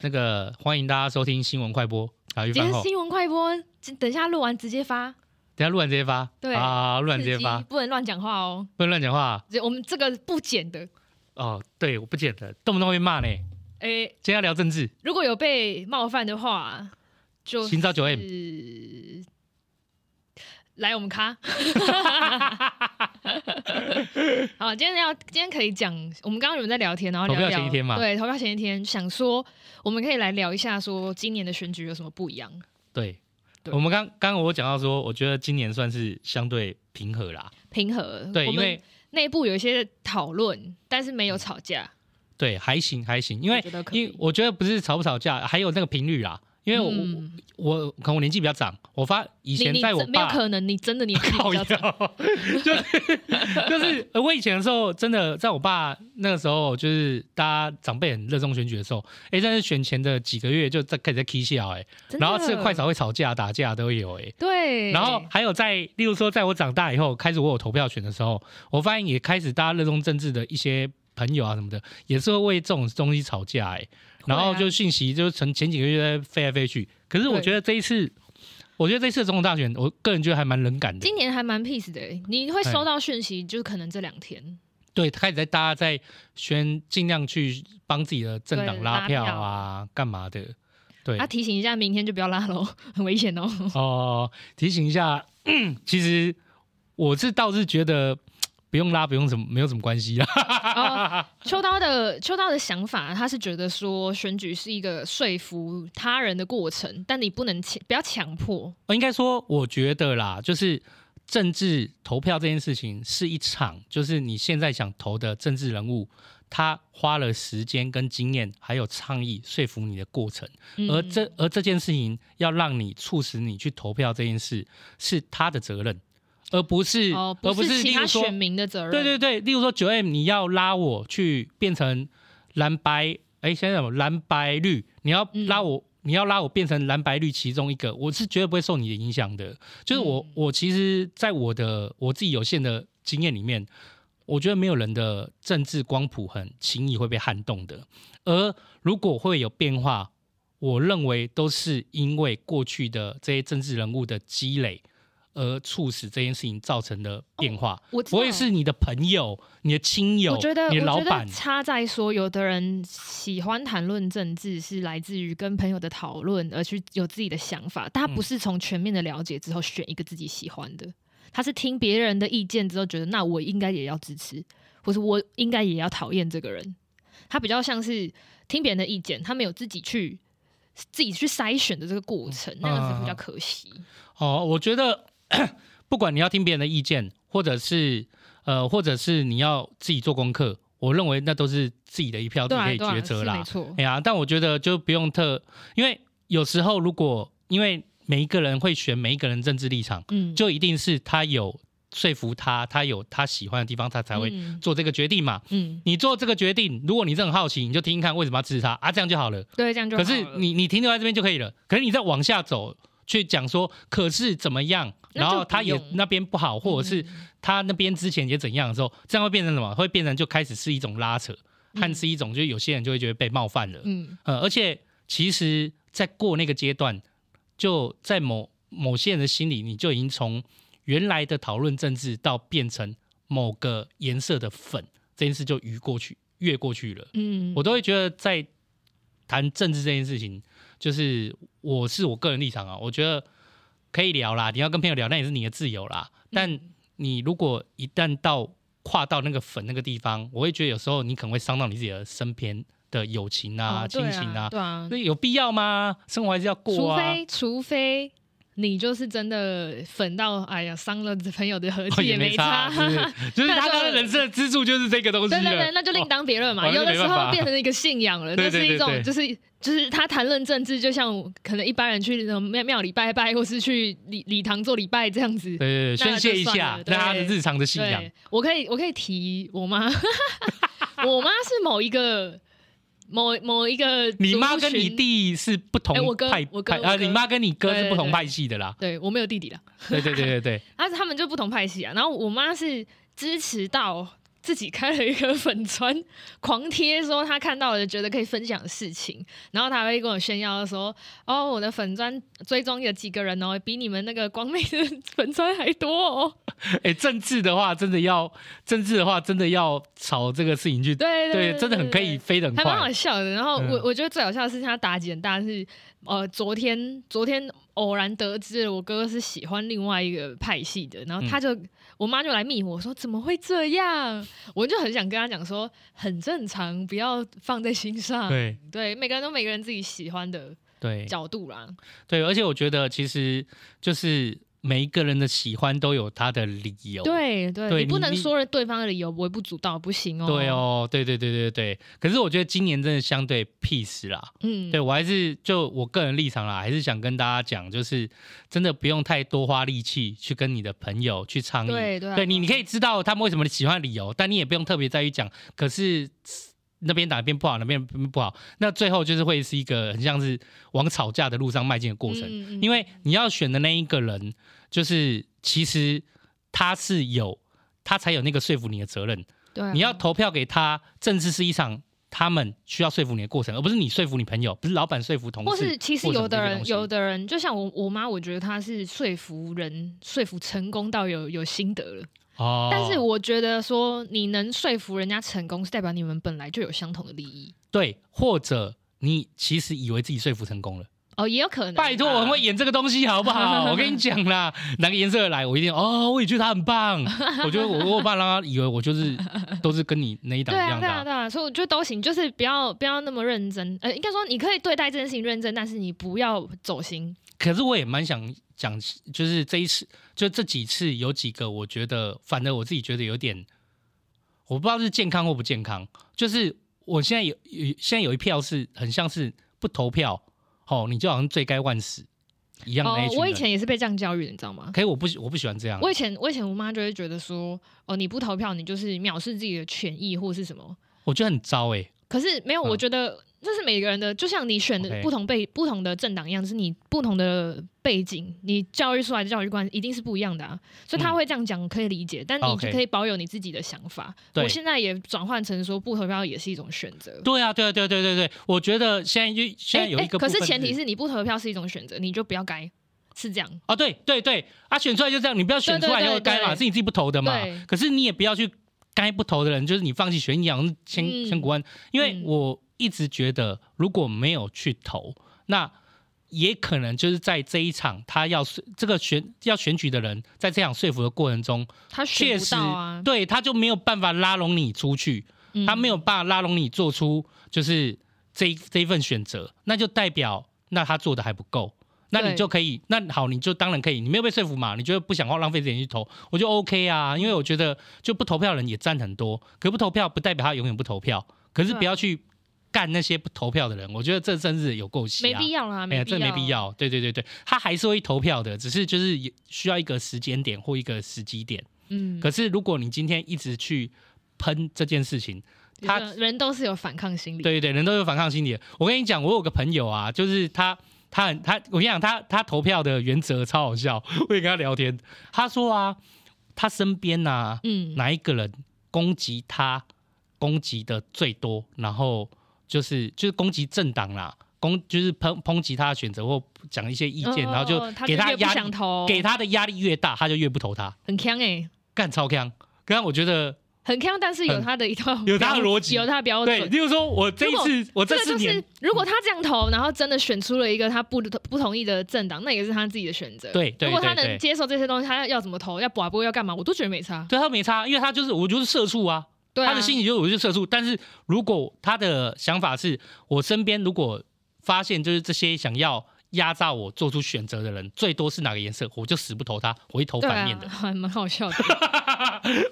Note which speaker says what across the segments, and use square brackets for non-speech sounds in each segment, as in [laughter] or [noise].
Speaker 1: 那个欢迎大家收听新闻快播啊，预
Speaker 2: 今
Speaker 1: 饭
Speaker 2: 天
Speaker 1: 后，
Speaker 2: 新闻快播，等一下录完直接发，
Speaker 1: 等一下录完直接发，
Speaker 2: 对
Speaker 1: 啊，录完
Speaker 2: 刺
Speaker 1: 直接
Speaker 2: 激
Speaker 1: 发，
Speaker 2: 不能乱讲话哦。
Speaker 1: 不能乱讲话
Speaker 2: 这我们这个不剪的，
Speaker 1: 哦。对，我不剪的，动不动会被骂呢。
Speaker 2: 诶、
Speaker 1: 今天要聊政治，
Speaker 2: 如果有被冒犯的话，就
Speaker 1: 寻找九 M，
Speaker 2: 是来我
Speaker 1: [laughs]
Speaker 2: 们咖。好，今天要今天可以讲，我们刚刚有人在聊天，然后聊
Speaker 1: 投
Speaker 2: 一
Speaker 1: 票前
Speaker 2: 聊
Speaker 1: 一天嘛
Speaker 2: 对，投票前一天想说，我们可以来聊一下，说今年的选举有什么不一样？
Speaker 1: 对。
Speaker 2: 对
Speaker 1: 我们刚刚刚我讲到说，我觉得今年算是相对平和啦，
Speaker 2: 平和，
Speaker 1: 对，
Speaker 2: 嗯我
Speaker 1: 因
Speaker 2: 们
Speaker 1: 为
Speaker 2: 内部有一些讨论，但是没有吵架，
Speaker 1: 对还行还行，因
Speaker 2: 我
Speaker 1: 为
Speaker 2: 觉得可以
Speaker 1: 因为我觉得不是吵不吵架，还有那个频率啦，因为我、
Speaker 2: 嗯
Speaker 1: 我我可能我年纪比较长，我发以
Speaker 2: 你
Speaker 1: 前
Speaker 2: 你
Speaker 1: 在我
Speaker 2: 真没有
Speaker 1: 爸
Speaker 2: 可能，你真的年纪
Speaker 1: 靠
Speaker 2: 比
Speaker 1: 腰
Speaker 2: 较长，，
Speaker 1: [laughs] 就是就是呃我以前的时候，真的在我爸那个时候，就是大家长辈很热衷选举的时候，哎、但是选前的几个月就在开始在 K 笑哎，
Speaker 2: 真的
Speaker 1: 然后吃个快炒会吵架打架都会有哎、诶
Speaker 2: 对，
Speaker 1: 然后还有在，例如说，在我长大以后，开始我有投票权的时候，我发现也开始大家热衷政治的一些朋友啊什么的，也是会为这种东西吵架
Speaker 2: 啊
Speaker 1: 哎、然后就讯息就从前几个月在飞来飞去。可是我
Speaker 2: 对
Speaker 1: 觉得这一次，我觉得这次的总统大选，我个人觉得还蛮冷感的
Speaker 2: 今。年还蛮 peace 的欸，你
Speaker 1: 哎
Speaker 2: 会收到讯息，就是可能这两天
Speaker 1: 对，开始在大家在宣尽量去帮自己的政党
Speaker 2: 对
Speaker 1: 拉
Speaker 2: 拉
Speaker 1: 票
Speaker 2: 票
Speaker 1: 啊，干嘛的？对
Speaker 2: 啊，提醒一下，明天就不要拉喽，很危险
Speaker 1: [laughs]
Speaker 2: 哦。
Speaker 1: 哦、提醒一下， [clears throat] 其实我是倒是觉得不用拉，不用什么，没有什么关系啦。 [laughs]
Speaker 2: 哦秋刀的秋刀的想法，他是觉得说选举是一个说服他人的过程，但你不能强，不要强迫。
Speaker 1: 应该说，我觉得啦，就是政治投票这件事情是一场，就是你现在想投的政治人物，他花了时间跟经验，还有倡议说服你的过程。
Speaker 2: 嗯
Speaker 1: 而这而这件事情要让你促使你去投票这件事，是他的责任，而不是、
Speaker 2: 哦，
Speaker 1: 而不
Speaker 2: 不
Speaker 1: 是例
Speaker 2: 是其
Speaker 1: 如
Speaker 2: 他
Speaker 1: 说，
Speaker 2: 选民的责任。
Speaker 1: 对对对，例如说九 M 你要拉我去变成蓝白，哎，现在什么蓝白绿，你要
Speaker 2: 嗯
Speaker 1: 拉我。你要拉我变成蓝白绿其中一个，我是绝对不会受你的影响的。就是我，
Speaker 2: 嗯
Speaker 1: 我其实，在我的我自己有限的经验里面，我觉得没有人的政治光谱很轻易会被撼动的。而如果会有变化，我认为都是因为过去的这些政治人物的积累，而促使这件事情造成的变化。
Speaker 2: 我知
Speaker 1: 不
Speaker 2: 道
Speaker 1: 会是你的朋友、你的亲友、
Speaker 2: 我觉得，
Speaker 1: 你的老
Speaker 2: 我觉
Speaker 1: 板
Speaker 2: 得，差在说，有的人喜欢谈论政治，是来自于跟朋友的讨论，而去有自己的想法，但他
Speaker 1: 嗯
Speaker 2: 不是从全面的了解之后选一个自己喜欢的，他是听别人的意见之后觉得，那我应该也要支持，或是我应该也要讨厌这个人。他比较像是听别人的意见，他没有自己去自己去筛选的这个过程，
Speaker 1: 嗯
Speaker 2: 那个是比较可惜。
Speaker 1: 哦，我觉得 [coughs] 不管你要听别人的意见，或者是呃，或者是你要自己做功课，我认为那都是自己的一票，自
Speaker 2: 对
Speaker 1: 己可
Speaker 2: 啊，
Speaker 1: 以
Speaker 2: 对
Speaker 1: 抉
Speaker 2: 啊，
Speaker 1: 择
Speaker 2: 是
Speaker 1: 啦。
Speaker 2: 没错。
Speaker 1: 哎呀，但我觉得就不用特，因为有时候如果因为每一个人会选每一个人政治立场，
Speaker 2: 嗯，
Speaker 1: 就一定是他有说服他，他有他喜欢的地方，他才会
Speaker 2: 嗯
Speaker 1: 做这个决定嘛。
Speaker 2: 嗯，
Speaker 1: 你做这个决定，如果你是很好奇，你就听听看为什么要支持他啊，这样就好了。
Speaker 2: 对，这样就
Speaker 1: 可
Speaker 2: 好
Speaker 1: 是
Speaker 2: 了
Speaker 1: 你你停留在这边就可以了，可是你再往下走去讲说，可是怎么样，
Speaker 2: 那
Speaker 1: 然
Speaker 2: 就
Speaker 1: 后他
Speaker 2: 不
Speaker 1: 也
Speaker 2: 用嗯
Speaker 1: 那边不好，或者是他那边之前也怎样的时候，这样会变成什么？会变成就开始是一种拉扯，和是一种就是有些人就会觉得被冒犯了。
Speaker 2: 嗯。
Speaker 1: 呃，而且其实，在过那个阶段，就在某某些人的心里，你就已经从原来的讨论政治到变成某个颜色的粉，这件事就逾过去，越过去了。
Speaker 2: 嗯，
Speaker 1: 我都会觉得在谈政治这件事情，就是我是我个人立场啊，我觉得可以聊啦，你要跟朋友聊，那也是你的自由啦。
Speaker 2: 嗯
Speaker 1: 但你如果一旦到跨到那个粉那个地方，我会觉得有时候你可能会伤到你自己的身边的友情啊、
Speaker 2: 哦
Speaker 1: 亲、
Speaker 2: 对
Speaker 1: 情啊，
Speaker 2: 对啊，
Speaker 1: 那有必要吗？生活还是要过
Speaker 2: 除
Speaker 1: 啊。
Speaker 2: 非除非你就是真的粉到哎呀伤了朋友的和
Speaker 1: 哦
Speaker 2: 气
Speaker 1: 也
Speaker 2: 没
Speaker 1: 差，是不是就是他他的人生的支柱就是这个东西
Speaker 2: [laughs] 对
Speaker 1: 了。
Speaker 2: 对对，那就另当别论嘛。
Speaker 1: 哦
Speaker 2: 有的
Speaker 1: 那
Speaker 2: 时
Speaker 1: 没办法
Speaker 2: 候变成一个信
Speaker 1: [laughs]
Speaker 2: 仰了，
Speaker 1: 对
Speaker 2: 那
Speaker 1: 对
Speaker 2: 是一
Speaker 1: 对
Speaker 2: 种
Speaker 1: 对
Speaker 2: 就是就是他谈论政治，就像可能一般人去那种庙庙里拜拜，或是去礼礼堂做礼拜这样子
Speaker 1: 对。对对，
Speaker 2: 那
Speaker 1: 宣泄一
Speaker 2: 就算
Speaker 1: 下
Speaker 2: 了，
Speaker 1: 那他的
Speaker 2: 对
Speaker 1: 日常的信仰。
Speaker 2: 对，我可以我可以提我妈， [laughs] 我妈是某一个某某一个
Speaker 1: 你
Speaker 2: 族
Speaker 1: 妈跟你
Speaker 2: 群，
Speaker 1: 弟是不同
Speaker 2: 哎我哥
Speaker 1: 派
Speaker 2: 我哥
Speaker 1: 派
Speaker 2: 我
Speaker 1: 啊，
Speaker 2: 哥
Speaker 1: 你妈跟你哥
Speaker 2: 对
Speaker 1: 是
Speaker 2: 对
Speaker 1: 不同
Speaker 2: 对
Speaker 1: 派系的啦。
Speaker 2: 对我没有弟弟啦，
Speaker 1: 对对对对对，
Speaker 2: 啊，他们就不同派系啊。然后我妈是支持到自己开了一个粉砖，狂贴说他看到了觉得可以分享的事情，然后他还会跟我炫耀说：“哦，我的粉砖追踪有几个人哦，比你们那个光妹的粉砖还多哦。
Speaker 1: 哎，政治的话真的要，政治的话真的要朝这个事情去，
Speaker 2: 对”对对，
Speaker 1: 真的很可以
Speaker 2: 对
Speaker 1: 飞得很
Speaker 2: 还蛮好
Speaker 1: 快。
Speaker 2: 笑的。然后
Speaker 1: 嗯
Speaker 2: 我我觉得最好笑的是他打击很大是，呃，昨天昨天偶然得知了我哥哥是喜欢另外一个派系的，然
Speaker 1: 嗯
Speaker 2: 后他就、我妈就来密我说怎么会这样？我就很想跟他讲说很正常，不要放在心上。
Speaker 1: 对
Speaker 2: 对，每个人都每个人自己喜欢的
Speaker 1: 对
Speaker 2: 角度啦。
Speaker 1: 对，而且我觉得其实就是每一个人的喜欢都有他的理由。
Speaker 2: 对对，
Speaker 1: 对
Speaker 2: 你不
Speaker 1: 你
Speaker 2: 能
Speaker 1: 你
Speaker 2: 说了对方的理由微不足道，不行哦。
Speaker 1: 对，哦，对对对对对。可是我觉得今年真的相对 peace 啦，
Speaker 2: 嗯，
Speaker 1: 对我还是就我个人立场啦，还是想跟大家讲，就是真的不用太多花力气去跟你的朋友去倡议。
Speaker 2: 对对啊
Speaker 1: 你你可以知道他们为什么喜欢理由，但你也不用特别在意讲。可是那边哪边不好，哪边不好，那最后就是会是一个很像是往吵架的路上迈进的过程。
Speaker 2: 嗯嗯
Speaker 1: 因为你要选的那一个人，就是其实他是有他才有那个说服你的责任。
Speaker 2: 对啊
Speaker 1: 你要投票给他，政治是一场他们需要说服你的过程，而不是你说服你朋友，不是老板说服同事。
Speaker 2: 或是其实
Speaker 1: 或者
Speaker 2: 有
Speaker 1: 这
Speaker 2: 的
Speaker 1: 些
Speaker 2: 人
Speaker 1: 东，西
Speaker 2: 有的人就像我我妈，我觉得她是说服人、说服成功到有有心得了。
Speaker 1: 哦，
Speaker 2: 但是我觉得说你能说服人家成功，是代表你们本来就有相同的利益
Speaker 1: 对，或者你其实以为自己说服成功了，
Speaker 2: 哦，也有可能吧。
Speaker 1: 拜托，我很会演这个东西，好不
Speaker 2: [laughs]
Speaker 1: 好？我跟你讲啦，哪个颜色来，我一定哦，我也觉得他很棒。我觉得我我怕让他以为我就是都是跟你那一档
Speaker 2: 对
Speaker 1: 一
Speaker 2: 啊，
Speaker 1: 样的
Speaker 2: 对
Speaker 1: 啊、
Speaker 2: 啊，对啊，所以我觉得都行，就是不要不要那么认真。呃，应该说你可以对待这件事情认真，但是你不要走心。
Speaker 1: 可是我也蛮想讲，就是这一次，就这几次有几个，我觉得反而我自己觉得有点，我不知道是健康或不健康。就是我现在有有现在有一票是很像是不投票，哦，你就好像罪该万死一样的那一
Speaker 2: 哦
Speaker 1: 群，人。
Speaker 2: 我以前也是被这样教育的，你知道吗？
Speaker 1: 可以，我不喜我不喜欢这样。
Speaker 2: 我以前我以前我妈就会觉得说，哦，你不投票，你就是藐视自己的权益或是什么。
Speaker 1: 我觉得很糟哎、
Speaker 2: 可是没有，
Speaker 1: 嗯
Speaker 2: 我觉得这是每个人的，就像你选的
Speaker 1: OK
Speaker 2: 不同背不同的政党一样，就是你不同的背景，你教育出来的教育观一定是不一样的啊。所以
Speaker 1: 嗯
Speaker 2: 他
Speaker 1: 啊
Speaker 2: 会这样讲可以理解，但你
Speaker 1: OK
Speaker 2: 就可以保有你自己的想法。
Speaker 1: 对
Speaker 2: 我现在也转换成说，不投票也是一种选择。
Speaker 1: 对啊，对啊，对啊对对对，我觉得现在就现在有一个、
Speaker 2: 诶哎可是前提是你不投票是一种选择，你就不要该是这样。
Speaker 1: 啊，对对对，啊，选出来就这样，你不要选出来
Speaker 2: 对对对
Speaker 1: 又该嘛，
Speaker 2: 对
Speaker 1: 是你自己不投的嘛
Speaker 2: 对。
Speaker 1: 可是你也不要去该不投的人，就是你放弃选，你好像千
Speaker 2: 嗯
Speaker 1: 千古万。因为
Speaker 2: 嗯
Speaker 1: 我一直觉得，如果没有去投，那也可能就是在这一场他要说这个选要选举的人，在这场说服的过程中，
Speaker 2: 他
Speaker 1: 确
Speaker 2: 选不
Speaker 1: 实
Speaker 2: 到啊，
Speaker 1: 对他就没有办法拉拢你出去。
Speaker 2: 嗯
Speaker 1: 他没有办法拉拢你做出就是这一这一份选择，那就代表那他做的还不够，那你
Speaker 2: 对
Speaker 1: 就可以，那好，你就当然可以，你没有被说服嘛，你觉得不想花浪费时间去投，我就 OK 啊，因为我觉得就不投票的人也占很多，可不投票不代表他永远不投票，可是
Speaker 2: 对啊
Speaker 1: 不要去干那些不投票的人，我觉得这真是有够瞎
Speaker 2: 没。必要啦，
Speaker 1: 哎呀，这没必。要。对对对对，他还是会投票的，只是就是也需要一个时间点或一个时机点。
Speaker 2: 嗯，
Speaker 1: 可是如果你今天一直去喷这件事情，他
Speaker 2: 他人都是有反抗心理。
Speaker 1: 对对对，人都有反抗心理。我跟你讲，我有个朋友啊，就是他，他很他，我跟你讲，他他投票的原则超好笑。我也跟他聊天，他说啊，他身边呐、
Speaker 2: 嗯，
Speaker 1: 哪一个人攻击他，攻击的最多，然后就是就是攻击政党啦，攻就是抨抨击他的选择或讲一些意见，
Speaker 2: 哦
Speaker 1: 然后就
Speaker 2: 他
Speaker 1: 给他
Speaker 2: 越不
Speaker 1: 压
Speaker 2: 想
Speaker 1: 力
Speaker 2: 投，
Speaker 1: 给他的压力越大，他就越不投他，
Speaker 2: 很强哎、
Speaker 1: 干超强。刚刚我觉得
Speaker 2: 很强，但是有
Speaker 1: 很
Speaker 2: 他的一套
Speaker 1: 有他的
Speaker 2: 标
Speaker 1: 逻辑
Speaker 2: 有他的标
Speaker 1: 对，
Speaker 2: 准。
Speaker 1: 例如说我这一次，我
Speaker 2: 这
Speaker 1: 这
Speaker 2: 个
Speaker 1: 次
Speaker 2: 就
Speaker 1: 年
Speaker 2: 是，如果他这样投，然后真的选出了一个他不不同意的政党，那也是他自己的选择。
Speaker 1: 对对
Speaker 2: 如果他
Speaker 1: 对对
Speaker 2: 能接受这些东西，他要怎么投，要寡不要干嘛，我都觉得没差。
Speaker 1: 对他没差，因为他就是我就是社畜啊，
Speaker 2: 对啊，
Speaker 1: 他的心里就是我就是社畜。但是如果他的想法是我身边如果发现就是这些想要压榨我做出选择的人，最多是哪个颜色，我就死不投他，我会投
Speaker 2: 对
Speaker 1: 反
Speaker 2: 啊 [laughs]
Speaker 1: 面的，。 [laughs]
Speaker 2: 还蛮好笑的。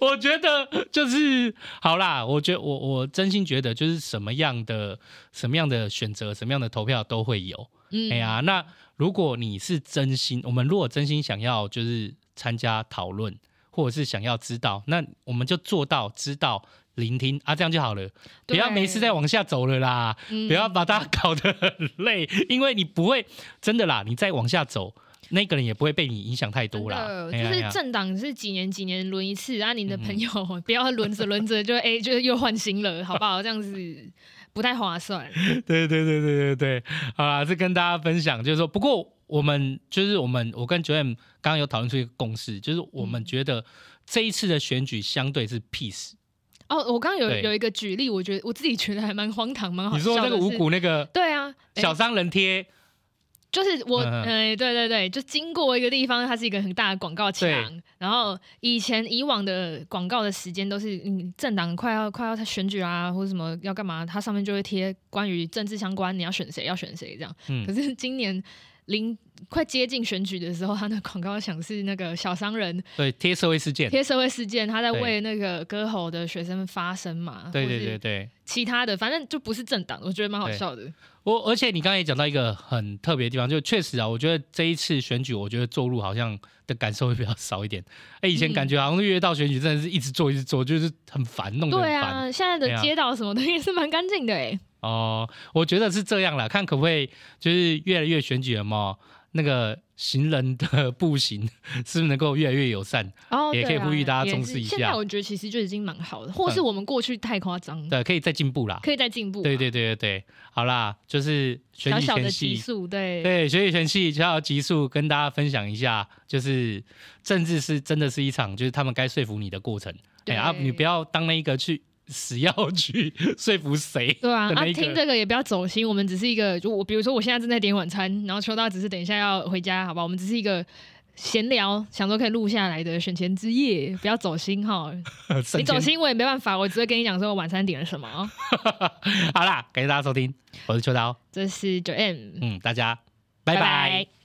Speaker 1: 我觉得就是好啦，我觉得我我真心觉得就是什么样的什么样的选择，什么样的投票都会有。
Speaker 2: 嗯，
Speaker 1: 哎呀，那如果你是真心，我们如果真心想要就是参加讨论，或者是想要知道，那我们就做到知道、聆听啊，这样就好了。不
Speaker 2: 对
Speaker 1: 要没事再往下走了啦，
Speaker 2: 嗯
Speaker 1: 不要把它搞得很累，因为你不会真的啦，你再往下走，那个人也不会被你影响太多啦。哎
Speaker 2: 真的
Speaker 1: 呀
Speaker 2: 就
Speaker 1: 哎
Speaker 2: 是
Speaker 1: 呀嗯
Speaker 2: 政党是几年几年轮一次啊，你的朋友 [laughs] 不要轮着轮着就哎、就又换新了，好不好？这样子不太划算。
Speaker 1: 对对对对对对，好啦，这跟大家分享，就是说，不过我们就是我们，我跟 Joanne 刚刚有讨论出一个共识，就是我们
Speaker 2: 嗯
Speaker 1: 觉得这一次的选举相对是 peace。
Speaker 2: 哦，我刚刚有
Speaker 1: 对
Speaker 2: 有一个举例，我觉得我自己觉得还蛮荒唐，蛮好
Speaker 1: 你
Speaker 2: 啊笑
Speaker 1: 说那
Speaker 2: 的是。
Speaker 1: 个五谷那个
Speaker 2: 对啊，哎
Speaker 1: 小商人贴，
Speaker 2: 就是我，
Speaker 1: 嗯嗯
Speaker 2: 哎、对对对，就经过一个地方，它是一个很大的广告墙
Speaker 1: 对。
Speaker 2: 然后以前以往的广告的时间都是，嗯，政党快要快要他选举啊，或者什么要干嘛，它上面就会贴关于政治相关，你要选谁，要选谁这样。
Speaker 1: 嗯
Speaker 2: 可是今年临快接近选举的时候，它的广告墙是那个小商人
Speaker 1: 对，贴社会事件，
Speaker 2: 贴社会事件，他在
Speaker 1: 对
Speaker 2: 为那个歌喉的学生发声嘛，
Speaker 1: 对
Speaker 2: 或
Speaker 1: 对
Speaker 2: 是
Speaker 1: 对对。
Speaker 2: 其他的，反正就不是政党，我觉得蛮好
Speaker 1: 对
Speaker 2: 笑的。
Speaker 1: 我而且你刚才也讲到一个很特别的地方，就确实啊，我觉得这一次选举，我觉得做路好像的感受会比较少一点。哎，以前
Speaker 2: 嗯
Speaker 1: 感觉好像越到选举真的是一直做一直做，就是很烦，弄得很
Speaker 2: 对
Speaker 1: 烦。
Speaker 2: 啊，现在
Speaker 1: 哎
Speaker 2: 的
Speaker 1: 呀
Speaker 2: 街道什么的也是蛮干净
Speaker 1: [laughs]
Speaker 2: 的哎、
Speaker 1: 哦，我觉得是这样啦，看可不可以就是越来越选举了嘛，那个行人的步行是不是能够越来越友善？
Speaker 2: 哦，
Speaker 1: 也
Speaker 2: 对
Speaker 1: 可以呼吁
Speaker 2: 啦
Speaker 1: 大家
Speaker 2: 也
Speaker 1: 重
Speaker 2: 是
Speaker 1: 视一
Speaker 2: 现
Speaker 1: 下
Speaker 2: 在我觉得其实就已经蛮好的，或是
Speaker 1: 嗯
Speaker 2: 我们过去太夸张了，
Speaker 1: 对，可以再进步啦。
Speaker 2: 可以再进步啊。
Speaker 1: 对对对对对，好啦，就是选
Speaker 2: 小
Speaker 1: 举
Speaker 2: 小
Speaker 1: 前
Speaker 2: 的激
Speaker 1: 戏，
Speaker 2: 素，对
Speaker 1: 对选举前戏，小小集数跟大家分享一下，就是政治是真的是一场，就是他们该说服你的过程。哎啊，你不
Speaker 2: 要。
Speaker 1: 要当那一个去死要去说服谁。
Speaker 2: 对
Speaker 1: [laughs]
Speaker 2: 啊，
Speaker 1: 的
Speaker 2: 啊，
Speaker 1: 那一
Speaker 2: 听
Speaker 1: 个
Speaker 2: 这个也不要走心。我们只是一个，就我比如说，我现在正在点晚餐，然后秋大只是等一下要回家，好吧？我们只是一个闲聊，想说可以录下来的选前之夜，不要走心哈。
Speaker 1: [laughs] 省
Speaker 2: 你走
Speaker 1: 钱
Speaker 2: 心我也没办法，我只会跟你讲说我晚餐点了什么。
Speaker 1: 好啦，感谢大家收听，我是秋刀，
Speaker 2: 这是九 M，
Speaker 1: 嗯，大家拜拜。
Speaker 2: 拜